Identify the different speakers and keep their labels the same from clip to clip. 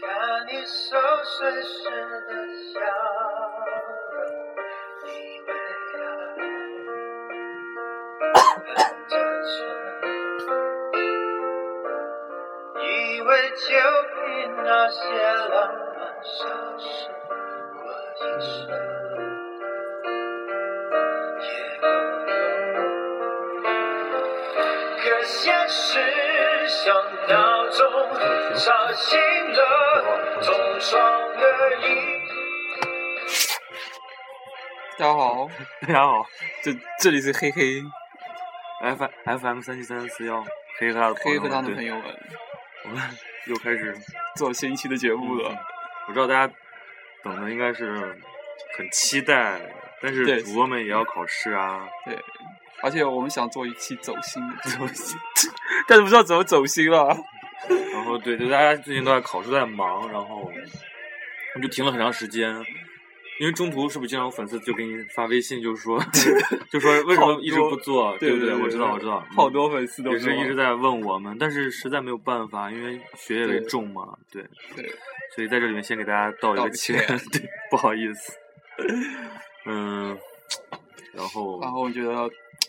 Speaker 1: 看你熟睡时的笑容，以为爱很单纯，以为就凭那些浪漫小事过一生也够用，可现实像闹钟吵醒了同床而已。
Speaker 2: 大家好，
Speaker 3: 大家好，这这里是嘿嘿 F F M 三七三四幺，嘿和他的朋
Speaker 2: 黑
Speaker 3: 友
Speaker 2: 和
Speaker 3: 们，
Speaker 2: 他的
Speaker 3: 对
Speaker 2: 朋友们，
Speaker 3: 我们又开始
Speaker 2: 做新一期的节目
Speaker 3: 嗯
Speaker 2: 了。
Speaker 3: 我知道大家等的应该是很期待，但
Speaker 2: 对
Speaker 3: 是主播们也要考试啊，
Speaker 2: 而且我们想做一期走心的，走心， 但是不知道怎么走心了。
Speaker 3: 然后对对，大家最近都在考试，都在忙，然后我就停了很长时间。因为中途是不是经常有粉丝就给你发微信，就说 就说为什么一直
Speaker 2: 好多
Speaker 3: 不做？对
Speaker 2: 对
Speaker 3: 不
Speaker 2: 对，
Speaker 3: 我知道，我知道。
Speaker 2: 好
Speaker 3: 嗯
Speaker 2: 多粉丝都
Speaker 3: 也是
Speaker 2: 说啊
Speaker 3: 一直在问我们，但是实在没有办法，因为学业为重嘛，对，
Speaker 2: 对
Speaker 3: 所以在这里面先给大家道一
Speaker 2: 道
Speaker 3: 个
Speaker 2: 个
Speaker 3: 歉，
Speaker 2: 歉
Speaker 3: 对，不好意思，嗯，然后
Speaker 2: 然后我觉得，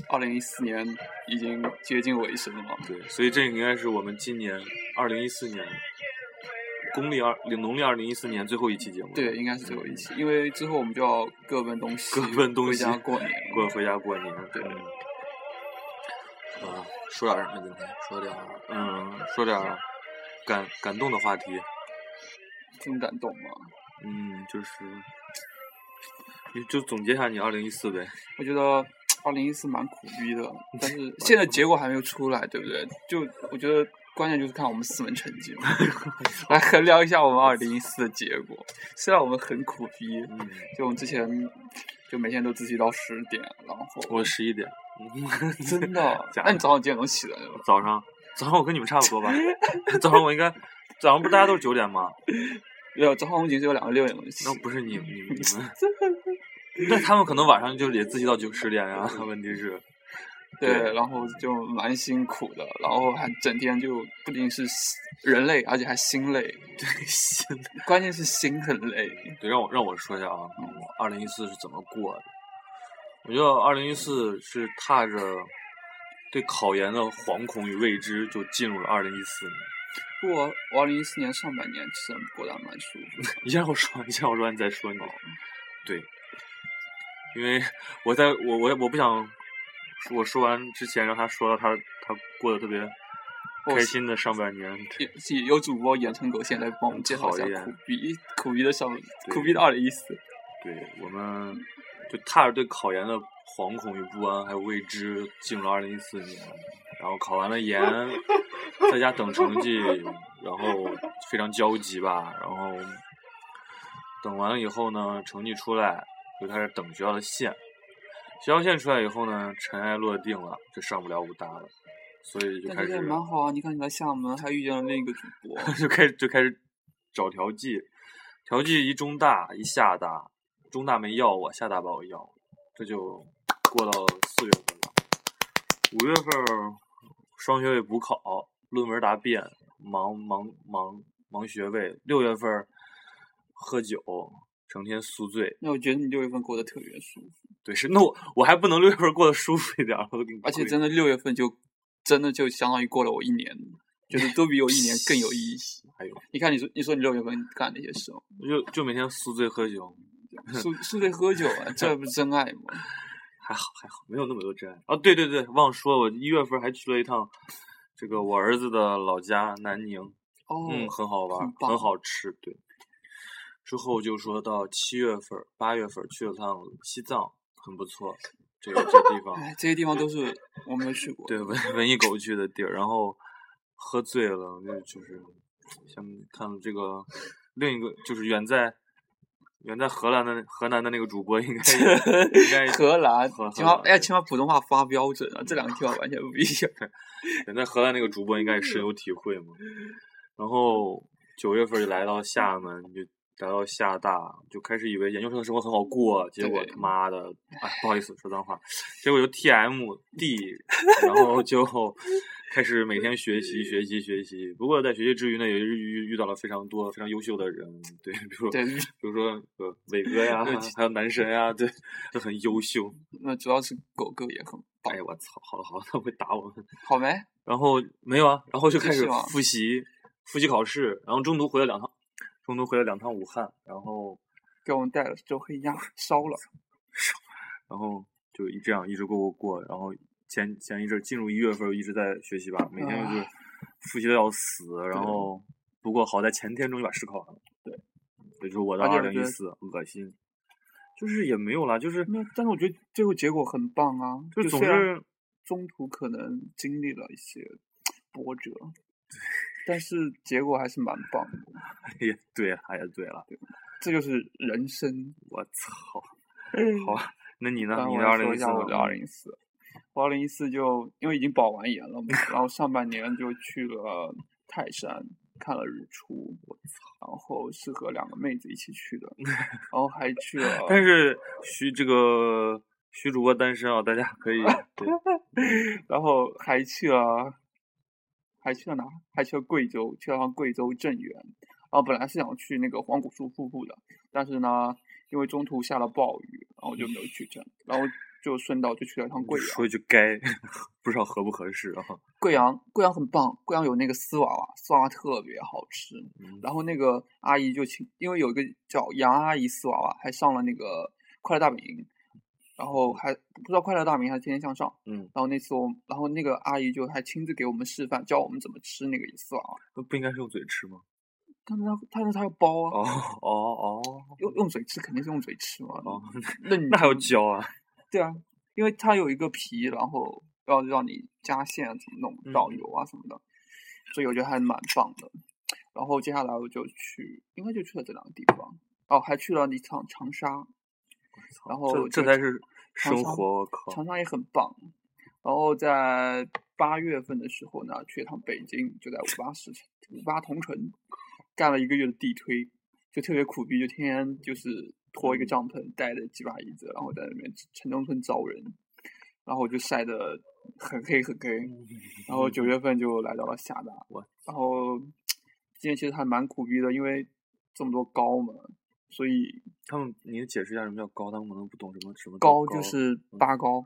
Speaker 2: 二零一四年已经接近尾声了嘛，
Speaker 3: 对，所以这应该是我们今年二零一四年公历二农历二零一四年最后一期节目，
Speaker 2: 对，，应该是最后一期，因为之后我们就要各奔东西，
Speaker 3: 各奔东西
Speaker 2: 回家过年了。
Speaker 3: 嗯过回家过年，
Speaker 2: 对
Speaker 3: 嗯啊，说点什么今天？说点儿嗯，说点儿感感动的话题。
Speaker 2: 这么感动吗？
Speaker 3: 嗯，就是，你就总结一下你二零一四呗。
Speaker 2: 我觉得二零一四蛮苦逼的，但 是现在结果还没有出来，对不对？就我觉得关键就是看我们四门成绩 嘛，来衡量一下我们二零一四的结果。虽然我们很苦逼，
Speaker 3: 嗯，
Speaker 2: 就我们之前就每天都自习到十点，然后
Speaker 3: 我十一点，，
Speaker 2: 真的
Speaker 3: 假
Speaker 2: 那你早上几点钟起来的？
Speaker 3: 早上，早上我跟你们差不多吧。早上我应该，早上不是大家都是九点吗？
Speaker 2: 没有，早上我们寝室有两个六点钟起
Speaker 3: 那，不是你你你们，那他们可能晚上就也自习到九十点呀。啊问题是，
Speaker 2: 对，
Speaker 3: 对
Speaker 2: 然后就蛮辛苦的，然后还整天就不仅是人累，而且还心累，
Speaker 3: 心
Speaker 2: 关键是心很累。
Speaker 3: 对，让我让我说一下啊，我二零一四是怎么过的？我觉得二零一四是踏着对考研的惶恐与未知，就进入了二零一四年。
Speaker 2: 不过我二零一四年上半年其实过得还蛮舒服的。
Speaker 3: 你先让我说，你先让我说，你再说你的。对，因为我在我我我不想我说完之前让他说到他他过得特别
Speaker 2: 我
Speaker 3: 开
Speaker 2: 是
Speaker 3: 心的上半年。
Speaker 2: 也是有主播盐城狗现在帮我们介绍一
Speaker 3: 讨
Speaker 2: 下
Speaker 3: 厌
Speaker 2: 苦逼苦逼的上苦逼的二零一四。
Speaker 3: 对我们就踏着对考研的惶恐与不安还有未知，进入了二零一四年。然后考完了研，在家等成绩，然后非常焦急吧。然后等完了以后呢，成绩出来就开始等学校的线。学校线出来以后呢，尘埃落定了，就上不了武大了，所以就
Speaker 2: 但
Speaker 3: 开
Speaker 2: 是
Speaker 3: 始
Speaker 2: 也蛮好啊！你看你来厦门还遇见了另一个主播，
Speaker 3: 就开始就开始找调剂，调剂一中大一厦大，中大没要我，厦大把我要，这就过到四月份了。五月份儿双学位补考，论文答辩，忙忙忙忙学位。六月份儿喝酒，成天宿醉。
Speaker 2: 那我觉得你六月份过得特别舒服，
Speaker 3: 对，是那我我还不能六月份儿过得舒服一点儿，我都给你
Speaker 2: 而且
Speaker 3: 跪
Speaker 2: 真的六月份就真的就相当于过了我一年，就是都比我一年更有意义。
Speaker 3: 哎呦，
Speaker 2: 你看你说你说你六月份干了些什 么？
Speaker 3: 就就每天宿醉喝酒，
Speaker 2: 宿宿醉喝酒啊，这不是真爱吗？
Speaker 3: 还好还好，没有那么多真爱啊！对对对，忘说，我一月份还去了一趟这个我儿子的老家南宁，
Speaker 2: 哦，
Speaker 3: 嗯，很好玩
Speaker 2: 很
Speaker 3: 儿，
Speaker 2: 棒
Speaker 3: 很好吃，对。之后就说到七月份儿、八月份儿去了趟西藏，很不错，这个这地方，
Speaker 2: 哎，这些地方都是我没有去过。
Speaker 3: 对文文艺狗去的地儿，然后喝醉了，那就是像看这个另一个就是远在远在荷兰的河南的那个主播应该 应该
Speaker 2: 荷兰
Speaker 3: 荷，
Speaker 2: 起
Speaker 3: 荷
Speaker 2: 码
Speaker 3: 兰
Speaker 2: 哎呀，起码普通话发标准啊，这两个地方完全不一样。
Speaker 3: 人在荷兰那个主
Speaker 2: 嗯
Speaker 3: 播应该也深有体会嘛。然后九月份就来到厦门，就来到厦大，就开始以为研究生的生活很好过，结果
Speaker 2: 对
Speaker 3: 他妈的，哎，不好意思说脏话，结果就 TMD，然后就开始每天学习学习学习。不过在学习之余呢，也是遇遇到了非常多非常优秀的人，对，比如说
Speaker 2: 对，
Speaker 3: 比如说呃伟哥呀
Speaker 2: 对，
Speaker 3: 还有男神呀，对，都很优秀。
Speaker 2: 那主要是狗狗也很棒
Speaker 3: 哎，呀，我操，好了好了，他会打我们。
Speaker 2: 好没？
Speaker 3: 然后没有啊，然后就开
Speaker 2: 是
Speaker 3: 始
Speaker 2: 吗
Speaker 3: 复习，复习考试，然后中途回了两趟，中途回了两趟武汉，然后
Speaker 2: 给我们带了周黑鸭烧了，
Speaker 3: 然后就一这样一直过过过，然后前前一阵儿进入一月份儿一直在学习吧，每天就是
Speaker 2: 啊
Speaker 3: 复习的要死，然
Speaker 2: 对
Speaker 3: 后不过好在前天终于把试考完了，
Speaker 2: 对，
Speaker 3: 也就是我的
Speaker 2: 而且
Speaker 3: 二
Speaker 2: 我觉
Speaker 3: 零一
Speaker 2: 得
Speaker 3: 四，恶心，就是也没有啦，就是
Speaker 2: 没有，但是我觉得最后结果很棒啊，
Speaker 3: 就
Speaker 2: 就
Speaker 3: 总
Speaker 2: 虽然
Speaker 3: 是
Speaker 2: 中途可能经历了一些波折，但是结果还是蛮棒的，
Speaker 3: 也对啊，也对了，
Speaker 2: 这就是人生。
Speaker 3: 我操，
Speaker 2: 嗯
Speaker 3: 好，那你呢？
Speaker 2: 那
Speaker 3: 你
Speaker 2: 我
Speaker 3: 的
Speaker 2: 来
Speaker 3: 二
Speaker 2: 说
Speaker 3: 零
Speaker 2: 一
Speaker 3: 一四
Speaker 2: 下我的二零一四，我二零一四就因为已经保完研了嘛，然后上半年就去了泰山看了日出，我操，然后是和两个妹子一起去的，然后还去了，
Speaker 3: 但是徐这个徐主播单身啊，大家 可以对
Speaker 2: 然后还去了，还去了哪？还去了贵州，去了趟贵州镇远。然后本来是想去那个黄古树瀑布的，但是呢，因为中途下了暴雨，然后就没有去成，然后就顺道就去了趟贵啊 阳。
Speaker 3: 说一句该，不知道合不合适啊。
Speaker 2: 贵阳，贵阳很棒，贵阳有那个丝娃娃，丝娃娃特别好吃。
Speaker 3: 嗯
Speaker 2: 然后那个阿姨就请，因为有一个叫杨阿姨丝娃娃，还上了那个快乐大本营，然后还不知道快乐大本营还是天天向上。
Speaker 3: 嗯，
Speaker 2: 然后那次我们，然后那个阿姨就还亲自给我们示范，教我们怎么吃那个丝娃娃。
Speaker 3: 那不应该是用嘴吃吗？
Speaker 2: 但是她，但是她要剥啊，
Speaker 3: 哦哦哦
Speaker 2: 用用嘴吃肯定是用嘴吃嘛。
Speaker 3: 哦，
Speaker 2: 那 你
Speaker 3: 那还要教 啊？
Speaker 2: 对啊，因为它有一个皮，然后要让你加馅怎么弄，倒
Speaker 3: 嗯
Speaker 2: 油啊什么的，所以我觉得还蛮棒的。然后接下来我就去，应该就去了这两个地方，哦，还去了一趟长沙，然后
Speaker 3: 这这
Speaker 2: 就
Speaker 3: 才是
Speaker 2: 长
Speaker 3: 生
Speaker 2: 沙
Speaker 3: 活，我靠！
Speaker 2: 长沙也很棒。然后在八月份的时候呢，去一趟北京，就在五八市场五八同城干了一个月的地推，就特别苦逼，就天天就是拖一个帐篷，带着几把椅子，然后在那边城中村招人，然后我就晒得很黑很黑。
Speaker 3: 嗯
Speaker 2: 然后九月份就来到了厦大
Speaker 3: 我，
Speaker 2: 然后今年其实还蛮苦逼的，因为这么多高嘛，所以
Speaker 3: 他们，你解释一下什么叫高？他们可能不懂什么什么叫
Speaker 2: 高就是拔高，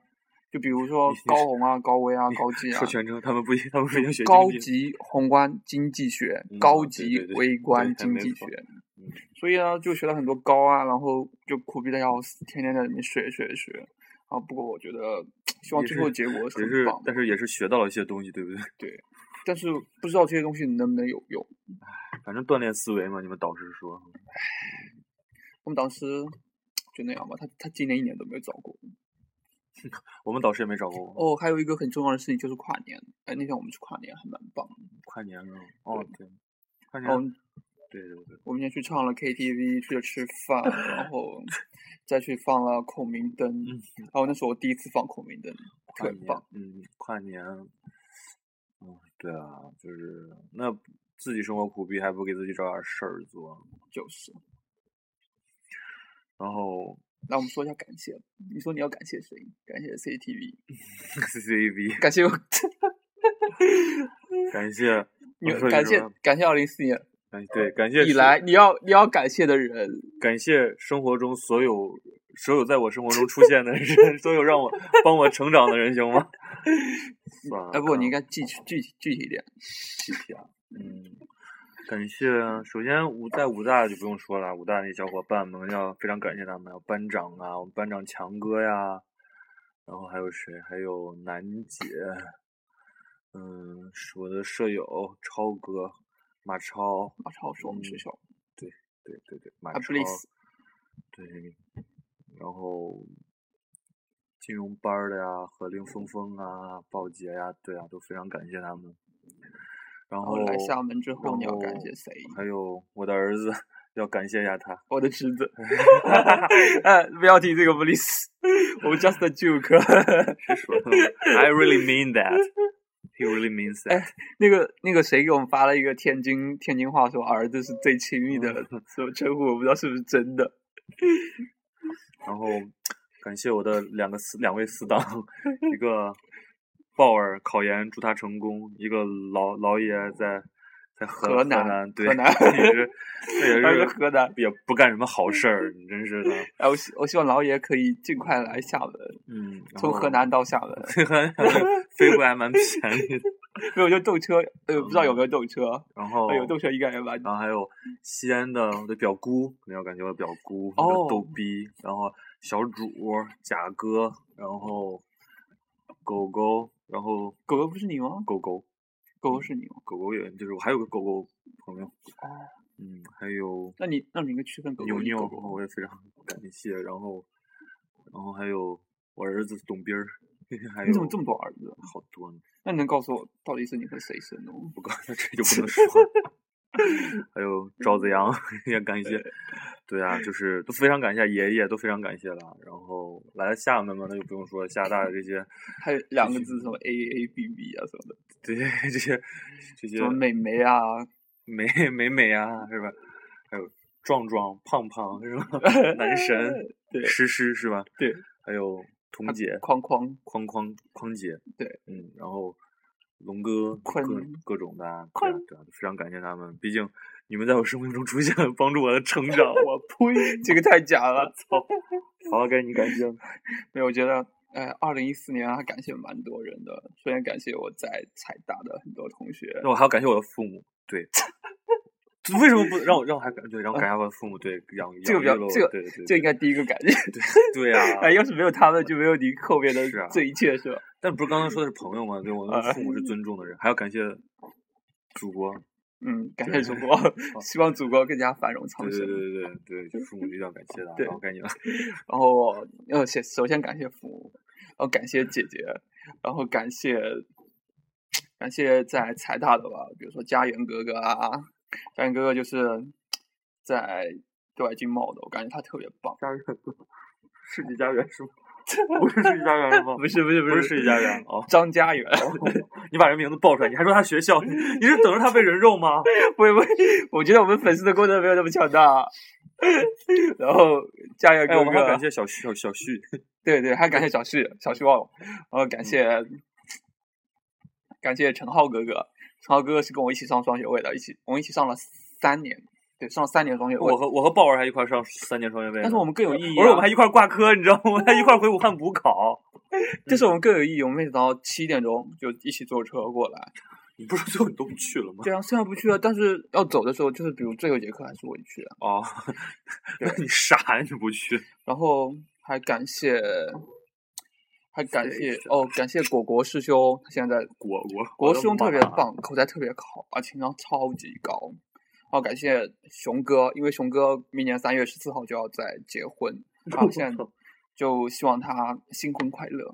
Speaker 2: 就比如说
Speaker 3: 嗯你是
Speaker 2: 高红啊、高危啊、 高技啊
Speaker 3: 说，全称，他们不 一，他们不一定学
Speaker 2: 高
Speaker 3: 经济
Speaker 2: 级宏观经济学
Speaker 3: 嗯，
Speaker 2: 高
Speaker 3: 啊对
Speaker 2: 级
Speaker 3: 对对
Speaker 2: 微
Speaker 3: 对
Speaker 2: 观
Speaker 3: 还
Speaker 2: 经
Speaker 3: 没
Speaker 2: 济
Speaker 3: 错
Speaker 2: 学
Speaker 3: 嗯。
Speaker 2: 所以呢，就学了很多高啊，然后就苦逼的要死，天天在里面学学学。啊，不过我觉得，希望
Speaker 3: 也
Speaker 2: 最后
Speaker 3: 是
Speaker 2: 结果
Speaker 3: 也
Speaker 2: 很
Speaker 3: 是
Speaker 2: 棒，，
Speaker 3: 但是也是学到了一些东西，对不 对？
Speaker 2: 但是不知道这些东西能不能有用。
Speaker 3: 反正锻炼思维嘛，你们导师说。嗯
Speaker 2: 我们当时就那样吧，他他今年一年都没有找过我。
Speaker 3: 我们导师也没找过我，
Speaker 2: 哦，还有一个很重要的事情就是跨年，哎，那天我们去跨年还蛮棒的。哦
Speaker 3: 跨年了。哦，对，跨
Speaker 2: 然后
Speaker 3: 年，对对对，
Speaker 2: 我们先去唱了 KTV，去了吃饭，然后再去放了孔明灯。
Speaker 3: 嗯
Speaker 2: 然后那是我第一次放孔明灯，特
Speaker 3: 跨
Speaker 2: 别棒
Speaker 3: 年。，嗯，跨年，嗯，对啊，就是那自己生活苦逼，还不给自己找点事儿做，
Speaker 2: 就是，
Speaker 3: 然后
Speaker 2: 那我们说一下感谢。你说你要感谢谁？感谢 CCTV，
Speaker 3: CCTV，
Speaker 2: 感谢我，
Speaker 3: 感谢，
Speaker 2: 你
Speaker 3: 我说句
Speaker 2: 感
Speaker 3: 实
Speaker 2: 谢
Speaker 3: 话
Speaker 2: 感谢二零四年
Speaker 3: 感对感谢
Speaker 2: 以
Speaker 3: 是
Speaker 2: 来，你要你要感谢的人，
Speaker 3: 感谢生活中所有所有在我生活中出现的人， 所有让我帮我成长的人，行吗？ 算了
Speaker 2: 哎，不，你应
Speaker 3: 看
Speaker 2: 该具体具体具体一点。
Speaker 3: 具体啊，嗯。感谢，首先武在武大就不用说了，武大那小伙伴们要非常感谢他们，还有班长啊，我们班长强哥呀，然后还有谁？还有楠姐，嗯，是我的舍友超哥，马超，
Speaker 2: 马超是我们学
Speaker 3: 嗯
Speaker 2: 校，
Speaker 3: 对对对，马
Speaker 2: 啊
Speaker 3: 超
Speaker 2: 不累死，
Speaker 3: 对，然后金融班儿的呀，何令峰峰啊，鲍杰呀，对啊，都非常感谢他们。然
Speaker 2: 然
Speaker 3: 后
Speaker 2: 后哦来厦门之后，
Speaker 3: 然
Speaker 2: 你要感
Speaker 3: 后
Speaker 2: 谢谁？
Speaker 3: 还有我的儿子，要感谢一下他。
Speaker 2: 我的侄 子， 呃，不要提这个 please，我们 just a joke，
Speaker 3: 说 I really mean that. He really means that。
Speaker 2: 那个那个谁给我们发了一个天津天津话，说儿子是最亲密的
Speaker 3: 嗯
Speaker 2: 什么称呼，我不知道是不是真的。
Speaker 3: 然后感谢我的两个死两位死党，一个鲍尔考研祝他成功，一个老老爷在在河
Speaker 2: 河南
Speaker 3: 南对，
Speaker 2: 河南
Speaker 3: 也 是这
Speaker 2: 儿
Speaker 3: 也
Speaker 2: 子
Speaker 3: 是
Speaker 2: 河南，
Speaker 3: 也不干什么好事儿，真是的。
Speaker 2: 哎，我希我希望老爷可以尽快来厦门，
Speaker 3: 嗯，然
Speaker 2: 从
Speaker 3: 后
Speaker 2: 河南到厦门，
Speaker 3: 飞回来 飞回来蛮便宜的。
Speaker 2: 没有就动车，呃，不知道有没有动车，
Speaker 3: 然后
Speaker 2: 呃有动车应该也蛮
Speaker 3: 然后还有西安的我的表姑，可能要感谢我的表姑，
Speaker 2: 哦
Speaker 3: 还有逗逼，然后小主、贾哥，然后狗狗，然后
Speaker 2: 狗狗不是你吗？
Speaker 3: 狗狗，
Speaker 2: 狗狗是你吗？
Speaker 3: 狗狗也就是我还有个狗狗朋友，嗯，还有
Speaker 2: 那你那你应该区分哦狗狗
Speaker 3: 牛
Speaker 2: 与
Speaker 3: 牛
Speaker 2: 狗，狗
Speaker 3: 我也非常感谢，然后然后还有我儿子董斌儿， 还有
Speaker 2: 你怎么这么多儿子？
Speaker 3: 好多呢？
Speaker 2: 那你能告诉我到底是你和谁生的吗？
Speaker 3: 不告诉这就不能说。 还有赵
Speaker 2: 嗯
Speaker 3: 子阳 也感谢，对啊，就是都非常感谢爷爷，都非常感谢了。然后来了厦门嘛，那就不用说了，厦大的这些，
Speaker 2: 还有两个字什么 A A B B 啊什么的，
Speaker 3: 这些这些这些
Speaker 2: 什么美眉啊，
Speaker 3: 美美美啊，是吧？还有壮壮、胖胖是吧？ 男神
Speaker 2: 对
Speaker 3: 诗诗是吧？
Speaker 2: 对，
Speaker 3: 还有彤姐、
Speaker 2: 框框
Speaker 3: 框框框姐，
Speaker 2: 对，
Speaker 3: 嗯，然后龙哥各
Speaker 2: 坤
Speaker 3: 各种的啊，对
Speaker 2: 坤
Speaker 3: 啊，对啊，非常感谢他们，毕竟你们在我生命中出现，帮助我的成长，我呸！
Speaker 2: 这个太 假了。
Speaker 3: 好了，该你感谢了，
Speaker 2: 没有，我觉得，呃，二零一四年还感谢蛮多人的。首先感谢我在财大的很多同学，
Speaker 3: 那我还要感谢我的父母，对。为什么不让我让我还感对，让我感谢我的父母对养
Speaker 2: 这个比较
Speaker 3: 养育了我
Speaker 2: 这个
Speaker 3: 对对
Speaker 2: 这
Speaker 3: 对
Speaker 2: 应该第一个感谢。
Speaker 3: 对啊，
Speaker 2: 哎，要是没有他们，就没有你后面的
Speaker 3: 是啊
Speaker 2: 这一切，是吧？
Speaker 3: 但不是刚才说的是朋友吗？对，我
Speaker 2: 呃
Speaker 3: 的父母是尊重的人，还要感谢祖国。
Speaker 2: 嗯，感谢
Speaker 3: 对哦
Speaker 2: 祖国，希望祖国更加繁荣昌
Speaker 3: 对对
Speaker 2: 盛。
Speaker 3: 对对对对，父母一定要感谢的啊。
Speaker 2: 对
Speaker 3: 好，该你了。
Speaker 2: 然后，呃，先首先感谢父母，然后感谢姐姐，然后感谢感谢在财大的吧，比如说家园哥哥啊，家园哥哥就是在对外经贸的，我感觉他特别棒。
Speaker 3: 家园，世纪家园是吗？不是世纪家园是吗？
Speaker 2: 不是不是。
Speaker 3: 不是世纪家园哦
Speaker 2: 张 家园，
Speaker 3: 你把人名字报出来，你还说他学校，你是等着他被人肉吗？
Speaker 2: 我我 我觉得我们粉丝的功能没有那么强大。啊 然后家园
Speaker 3: 哎，
Speaker 2: 哥
Speaker 3: 我们还
Speaker 2: 哥，
Speaker 3: 要感谢小旭，小小 旭，
Speaker 2: 对对，还感谢小旭，小旭忘了，然后
Speaker 3: 嗯
Speaker 2: 感谢、感谢陈浩哥哥，陈浩哥哥是跟我一起上双学位的，一起我们一起上了三年，对，上了三年双学位
Speaker 3: 我，和我和鲍尔还一块儿上三年双学位呢。
Speaker 2: 但是我们更有意义、啊
Speaker 3: 我说我们还一块儿挂科，你知道吗？我们还一块儿回武汉补 考。
Speaker 2: 但是我们更有意义，我们每天早上七点钟就一起坐车过来。
Speaker 3: 你不是最后你都不去了吗？
Speaker 2: 对啊，虽然不去了，但是要走的时候，就是比如最后一节课还是我去啊，
Speaker 3: 哦， 那你傻，你不去。
Speaker 2: 然后还感谢。还感
Speaker 3: 谁
Speaker 2: 谢
Speaker 3: 是
Speaker 2: 哦，感谢果果师兄，他现在
Speaker 3: 果果
Speaker 2: 国
Speaker 3: 我
Speaker 2: 师
Speaker 3: 的
Speaker 2: 兄特别
Speaker 3: 妈
Speaker 2: 棒，口才特别好，而且情商超级高。然后感谢熊哥，因为熊哥明年三月十四号就要再结婚，然后现在就希望他新婚快乐。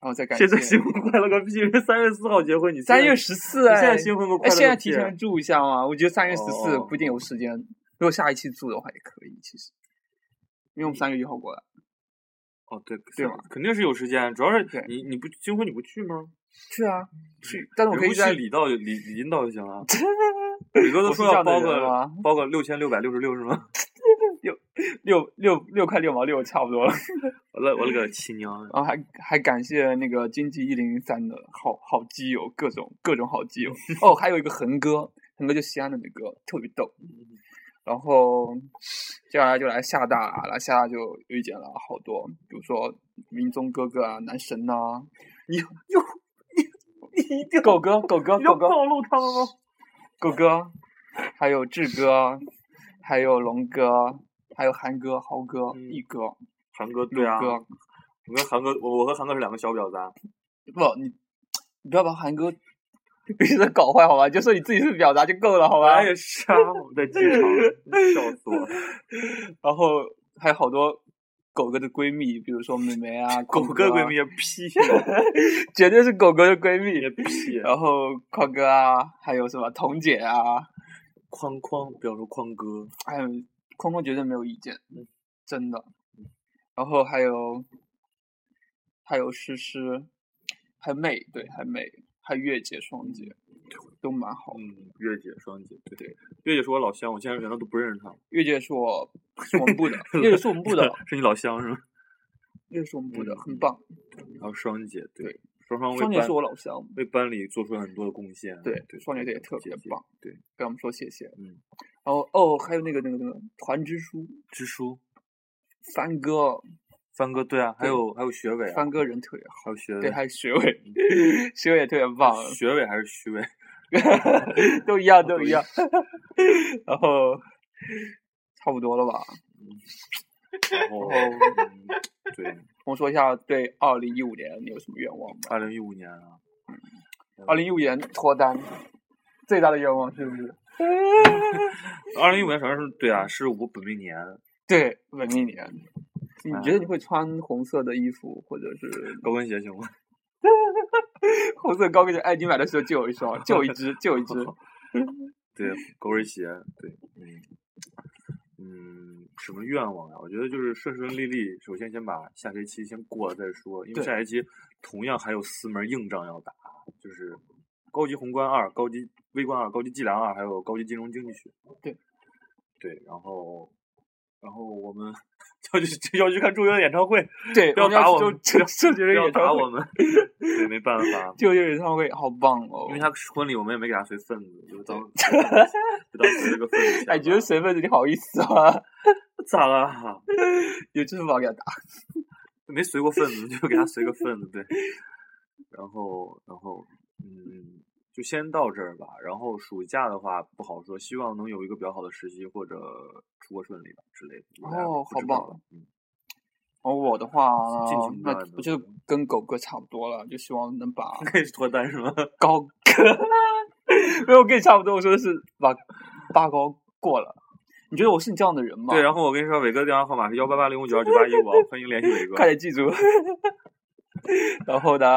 Speaker 2: 然后再感谢
Speaker 3: 现在新婚快乐个屁！人家三月四号结婚，你现在
Speaker 2: 三月十四
Speaker 3: 你
Speaker 2: 哎，
Speaker 3: 现在新婚个快
Speaker 2: 哎，
Speaker 3: 乐个屁！啊
Speaker 2: 现在提前祝一下嘛，我觉得三月十四
Speaker 3: 哦
Speaker 2: 不一定有时间，如果下一期祝的话也可以，其实，因为我们三月一号过来，
Speaker 3: 哦，对
Speaker 2: 对
Speaker 3: 对
Speaker 2: 吧
Speaker 3: 肯定是有时间，主要
Speaker 2: 对
Speaker 3: 是你你不新婚你不去吗？
Speaker 2: 去啊去，但是我
Speaker 3: 人
Speaker 2: 可以
Speaker 3: 不去
Speaker 2: 在
Speaker 3: 礼到就礼礼金到就行 了。李哥都说要
Speaker 2: 我是这样的
Speaker 3: 包
Speaker 2: 人
Speaker 3: 个
Speaker 2: 吗
Speaker 3: 包个六千六百六十六是吗？
Speaker 2: 六六六块六毛六差不多了。
Speaker 3: 我了我了 个亲娘呀！
Speaker 2: 然后还还感谢那个经济一零三的好好基友，各种各种好基友。哦，还有一个恒哥，恒哥就西安的那个，特别逗。
Speaker 3: 嗯
Speaker 2: 然后接下来就来厦大，啊来厦大就遇见了好多，比如说明宗哥哥啊、男神呐、
Speaker 3: 你又你你一定
Speaker 2: 狗哥、狗哥、
Speaker 3: 你要
Speaker 2: 狗哥、
Speaker 3: 暴露他们吗？
Speaker 2: 狗哥，还有志哥，还有龙哥，还有韩哥、豪哥、
Speaker 3: 嗯
Speaker 2: 一哥、
Speaker 3: 韩哥
Speaker 2: 陆
Speaker 3: 对啊，
Speaker 2: 哥。
Speaker 3: 我跟韩哥我我和韩哥是两个小婊啊砸。
Speaker 2: 不，你你不要把韩 哥别人搞坏好吧？就说你自己是表达就够了好吧？
Speaker 3: 哎呀，杀 我们在机场， 笑死我！了。
Speaker 2: 然后还有好多狗哥的闺蜜，比如说美眉啊，
Speaker 3: 狗
Speaker 2: 狂
Speaker 3: 哥
Speaker 2: 啊
Speaker 3: 闺蜜，也屁呀，
Speaker 2: 绝对是狗哥的闺蜜
Speaker 3: 也。 屁呀！
Speaker 2: 然后宽哥啊，还有什么彤姐啊，
Speaker 3: 框框不要说框哥，
Speaker 2: 还有宽宽绝对没有意见，嗯真的。然后还有还有诗诗，还有妹，对，还有妹，还越界双节，都蛮好。
Speaker 3: 嗯，月姐、双姐，对对，月姐是我老乡，我现在原来都不认识她。
Speaker 2: 越界 是我是我们部的，越界是我们部的，
Speaker 3: 是你老乡是吗？
Speaker 2: 越界是我们部
Speaker 3: 嗯
Speaker 2: 的，很棒。
Speaker 3: 然后双姐，对，双双为
Speaker 2: 双节
Speaker 3: 班
Speaker 2: 是我老乡，
Speaker 3: 为班里做出了很多的贡献。
Speaker 2: 对
Speaker 3: 对，
Speaker 2: 双节也特
Speaker 3: 谢
Speaker 2: 别
Speaker 3: 谢
Speaker 2: 棒，
Speaker 3: 对，
Speaker 2: 跟我们说谢谢。
Speaker 3: 嗯，
Speaker 2: 然后哦，还有那个那个那个团支书
Speaker 3: 支书，
Speaker 2: 帆哥，
Speaker 3: 帆哥对啊，还有还有学伟啊，
Speaker 2: 帆哥人特别好，
Speaker 3: 还有学
Speaker 2: 对，
Speaker 3: 伟，
Speaker 2: 还有学伟，学伟也特别棒，
Speaker 3: 学伟还是虚 伪？
Speaker 2: 都一样都一样。 然后差不多了吧？
Speaker 3: 然后，
Speaker 2: 然后
Speaker 3: 嗯对，
Speaker 2: 我说一下对二零一五年你有什么愿望吗？
Speaker 3: 二零一五年啊，
Speaker 2: 二零一五年脱单，最大的愿望是不是？
Speaker 3: 二零一五
Speaker 2: 嗯
Speaker 3: 年好像是对啊，是我本命年，
Speaker 2: 对，本命年。你觉得
Speaker 3: 嗯
Speaker 2: 你会穿红色的衣服，或者 是
Speaker 3: 高跟鞋行吗？
Speaker 2: 红色高跟鞋？哎，你买的时候就有一双，就有一只，就 有一只。
Speaker 3: 对，高跟鞋，对，嗯，嗯，什么愿望呀、我觉得就是顺顺利利，首先先把下学期先过了再说，因为
Speaker 2: 对
Speaker 3: 下学期同样还有四门硬仗要打，就是高级宏观二、高级微观二、高级计量二，还有高级金融经济学。
Speaker 2: 对，
Speaker 3: 对，然后，然后我们 要去要去看周杰伦演唱会，
Speaker 2: 对，
Speaker 3: 不要
Speaker 2: 们
Speaker 3: 打我
Speaker 2: 就
Speaker 3: 们
Speaker 2: 就就觉得
Speaker 3: 要
Speaker 2: 演
Speaker 3: 打
Speaker 2: 唱
Speaker 3: 我
Speaker 2: 会，
Speaker 3: 们，对，没办 法。
Speaker 2: 就觉得演唱会好棒哦
Speaker 3: 因为。他婚礼我们也没给他随份子，就当 就当随了个份子钱吧。
Speaker 2: 哎，觉得谁问的你好意思啊？
Speaker 3: 咋了？
Speaker 2: 有支付宝给他打。
Speaker 3: 没随过份子，就给他随个份子， 对。然后，然后，嗯，就先到这儿吧。然后暑假的话不好说，希望能有一个比较好的实习或者出国顺利吧之类的。我还
Speaker 2: 哦
Speaker 3: 不知道
Speaker 2: 好棒
Speaker 3: 了！嗯，
Speaker 2: 然后我的话
Speaker 3: 尽情，
Speaker 2: 那
Speaker 3: 地按
Speaker 2: 我
Speaker 3: 照
Speaker 2: 就跟狗哥差不多了，就希望 能把
Speaker 3: 可以脱单是吗？
Speaker 2: 高歌，没有跟你差不多，我说的是把八高过了。你觉得我是你这样的人吗？
Speaker 3: 对，啊然后我跟你说，伟哥的电话号码是幺八八零五九二九八一五，啊欢迎联系伟哥。
Speaker 2: 快点记住。 然后呢，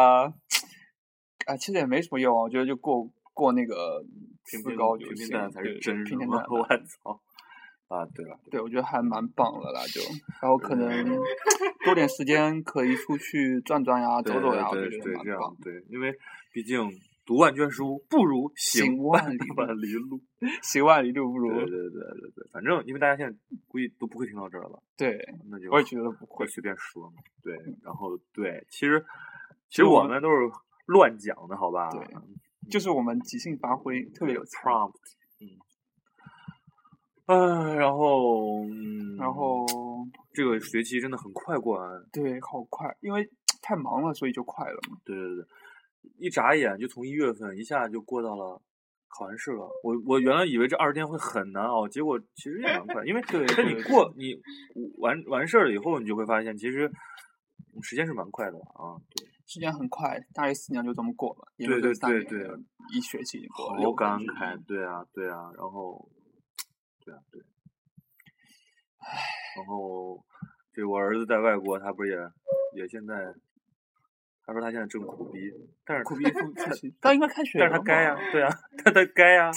Speaker 2: 啊，其实也没什么愿望，我觉得就过过那个
Speaker 3: 平
Speaker 2: 四
Speaker 3: 平
Speaker 2: 高就
Speaker 3: 平平
Speaker 2: 行
Speaker 3: 淡淡才
Speaker 2: 对
Speaker 3: 是
Speaker 2: 对
Speaker 3: 真是
Speaker 2: 平平
Speaker 3: 吗
Speaker 2: 淡？淡
Speaker 3: 我操！啊，对了，
Speaker 2: 对，我觉得还蛮棒的啦， 就然后可能多点时间可以出去转转呀，走
Speaker 3: 对
Speaker 2: 走呀，我
Speaker 3: 对
Speaker 2: 觉得
Speaker 3: 对，
Speaker 2: 也
Speaker 3: 这
Speaker 2: 蛮棒
Speaker 3: 样。对，因为毕竟读万卷书不如
Speaker 2: 行
Speaker 3: 行
Speaker 2: 万里路
Speaker 3: 万里路。
Speaker 2: 行万里路不
Speaker 3: 对
Speaker 2: 如
Speaker 3: 对对对对，反正因为大家现在估计都不会听到这儿了吧，
Speaker 2: 对，
Speaker 3: 那就
Speaker 2: 我也觉得不
Speaker 3: 会
Speaker 2: 会。
Speaker 3: 随便说嘛。对，然后对，其实其
Speaker 2: 就
Speaker 3: 实
Speaker 2: 我
Speaker 3: 我
Speaker 2: 们
Speaker 3: 们都是乱讲的，好吧？
Speaker 2: 对就是我们即兴发挥，特别有才。
Speaker 3: prompt，嗯，唉，然后嗯
Speaker 2: 然后
Speaker 3: 这个学期真的很快过完，
Speaker 2: 对，好快，因为太忙了，所以就快了嘛。
Speaker 3: 对对对，一眨眼就从一月份一下就过到了考完试了。我我原来以为这二十天会很难熬，结果其实也蛮快，因为
Speaker 2: 对
Speaker 3: 但你
Speaker 2: 对
Speaker 3: 过你完完事儿了以后，你就会发现其实时间是蛮快的啊。对，
Speaker 2: 时间很快，大学四年就这么过了，也
Speaker 3: 对
Speaker 2: 就
Speaker 3: 对
Speaker 2: 三
Speaker 3: 对
Speaker 2: 年
Speaker 3: 对
Speaker 2: 了一学期已经过
Speaker 3: 好
Speaker 2: 了。有感
Speaker 3: 感
Speaker 2: 觉
Speaker 3: 慨，对啊对啊，然后对啊对，然后这我儿子在外国，他不是也也现在。他说他现在正苦逼，但是
Speaker 2: 苦逼复复习，他应该开学
Speaker 3: 但
Speaker 2: 了
Speaker 3: 是他
Speaker 2: 吧，
Speaker 3: 该呀、啊对呀、他他该 呀、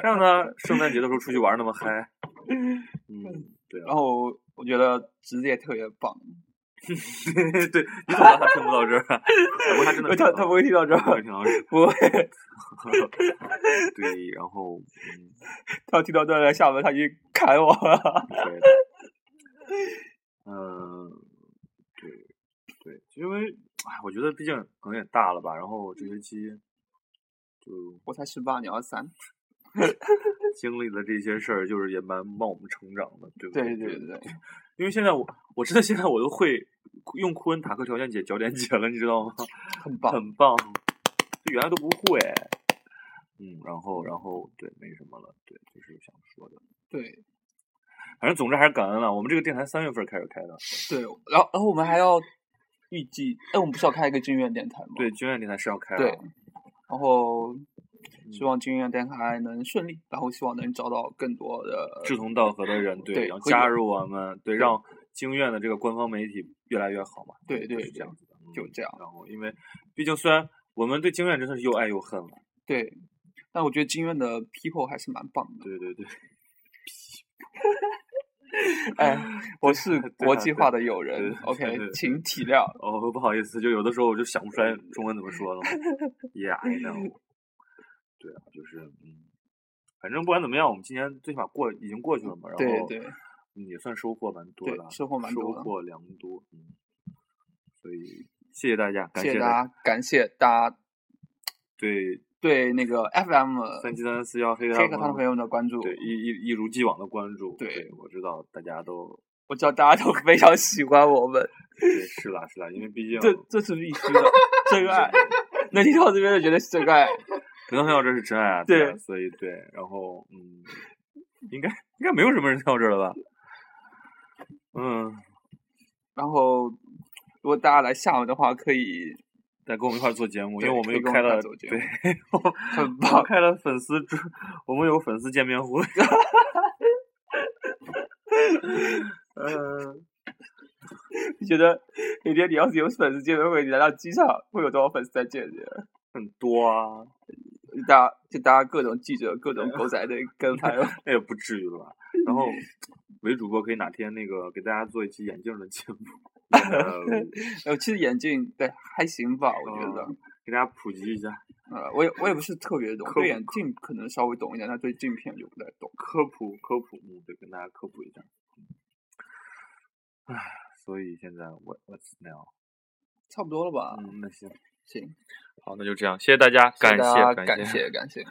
Speaker 3: 让他圣诞节的时候出去玩那么嗨， 嗯， 对
Speaker 2: 然
Speaker 3: 啊，
Speaker 2: 后我觉得侄子也特别 棒，
Speaker 3: 对，你怎么知道他听不到这儿啊？不过他真的
Speaker 2: 他他不会听到 这
Speaker 3: 他不会
Speaker 2: 儿，
Speaker 3: 听到这儿，
Speaker 2: 不会，
Speaker 3: 对，然后嗯，
Speaker 2: 他要听到这儿来厦门，他去砍 我了。
Speaker 3: 对，嗯，对，对，因为哎，我觉得毕竟可能也大了吧，然后这学期就
Speaker 2: 我才十八，你二十三，
Speaker 3: 经历了这些事儿，就是也蛮帮我们成长的，对不
Speaker 2: 对
Speaker 3: 对
Speaker 2: 对对，
Speaker 3: 因为现在我我真的现在我都会用库恩塔克条件解脚点解了，你知道吗？
Speaker 2: 很棒。
Speaker 3: 很棒，就原来都不会。嗯，然后然后对，没什么了，对，就是想说的。
Speaker 2: 对
Speaker 3: 反正总之还是感恩了。我们这个电台三月份开始开的，
Speaker 2: 对，然后然后我们还要预计，哎，我们不是要开一个军乐电台吗？
Speaker 3: 对，军乐电台是要开的。
Speaker 2: 对，然后
Speaker 3: 嗯
Speaker 2: 希望金源电台能顺利，然后希望能找到更多的
Speaker 3: 志同道合的人，对，
Speaker 2: 对
Speaker 3: 然后
Speaker 2: 可以
Speaker 3: 加
Speaker 2: 的
Speaker 3: 入我们，对，让经院的这个官方媒体越来越好嘛。
Speaker 2: 对对
Speaker 3: 是这
Speaker 2: 对
Speaker 3: 样子的，嗯
Speaker 2: 就这样
Speaker 3: 然后，因为毕竟虽然我们对经院真的是又爱又恨了，
Speaker 2: 对。但我觉得金源的 people 还是蛮棒的，
Speaker 3: 对对对。
Speaker 2: 哎，我是
Speaker 3: 对
Speaker 2: 国
Speaker 3: 啊
Speaker 2: 际
Speaker 3: 对
Speaker 2: 化的友人
Speaker 3: 对对
Speaker 2: ，OK，
Speaker 3: 对
Speaker 2: 请体谅。
Speaker 3: 哦，不好意思，就有的时候我就想不出来中文怎么说了。Yeah, I know。对啊，就是嗯，反正不管怎么样，我们今年最起码过已经过去了嘛，然后
Speaker 2: 对对，
Speaker 3: 嗯也算收获蛮多
Speaker 2: 对
Speaker 3: 的啊，
Speaker 2: 收获蛮多的
Speaker 3: 收获良多。嗯，所以谢谢大家，感
Speaker 2: 谢谢
Speaker 3: 大
Speaker 2: 大
Speaker 3: 家
Speaker 2: 家，感谢大家
Speaker 3: 对
Speaker 2: 对那个 FM
Speaker 3: 三七三四幺黑
Speaker 2: 黑客堂的朋
Speaker 3: 们
Speaker 2: 友们的关注。
Speaker 3: 对一一一如既往的关注。
Speaker 2: 对
Speaker 3: 我知道大家都
Speaker 2: 我知道大家都非常喜欢我们，
Speaker 3: 对是啦是哦啦，因为 毕竟
Speaker 2: 这这是必须的，真 爱。能听到这边的绝对是真爱。
Speaker 3: 可能很有这是真爱啊，
Speaker 2: 对
Speaker 3: 啊所以对，然后嗯，应该应该没有什么人听到这儿了吧？嗯，
Speaker 2: 然后，如果大家来厦门的话，可以
Speaker 3: 再跟我们一块儿做节目，因为
Speaker 2: 对
Speaker 3: 我们
Speaker 2: 可以
Speaker 3: 又
Speaker 2: 跟我
Speaker 3: 开
Speaker 2: 们一块
Speaker 3: 了
Speaker 2: 儿做节
Speaker 3: 对
Speaker 2: 目，
Speaker 3: 我
Speaker 2: 很
Speaker 3: 我们
Speaker 2: 棒。
Speaker 3: 开了粉丝专，我们有粉丝见面会。嗯，
Speaker 2: 你觉得哪天你要是有粉丝见面会，你来到机场会有多少粉丝在见你？
Speaker 3: 很多啊，
Speaker 2: 大家就大家各种记者、各种狗仔 队跟拍嘛。
Speaker 3: 那也不至于吧？然 后，为主播可以哪天那个给大家做一期眼镜的节目，呃
Speaker 2: 呃，其实眼镜对还行吧，我觉得。
Speaker 3: 给大家普及一下，
Speaker 2: 呃，我也我也不是特别懂，
Speaker 3: 哦科
Speaker 2: 对
Speaker 3: 普
Speaker 2: 眼镜可能稍微懂一点，但对镜片就不太懂。
Speaker 3: 科普科普，嗯，对，跟大家科普一下。唉，所以现在我我那样，
Speaker 2: 差不多了吧？
Speaker 3: 嗯，那行，
Speaker 2: 行，
Speaker 3: 好，那就这样，谢谢大家，感
Speaker 2: 大家
Speaker 3: 谢，
Speaker 2: 感
Speaker 3: 谢，
Speaker 2: 感谢。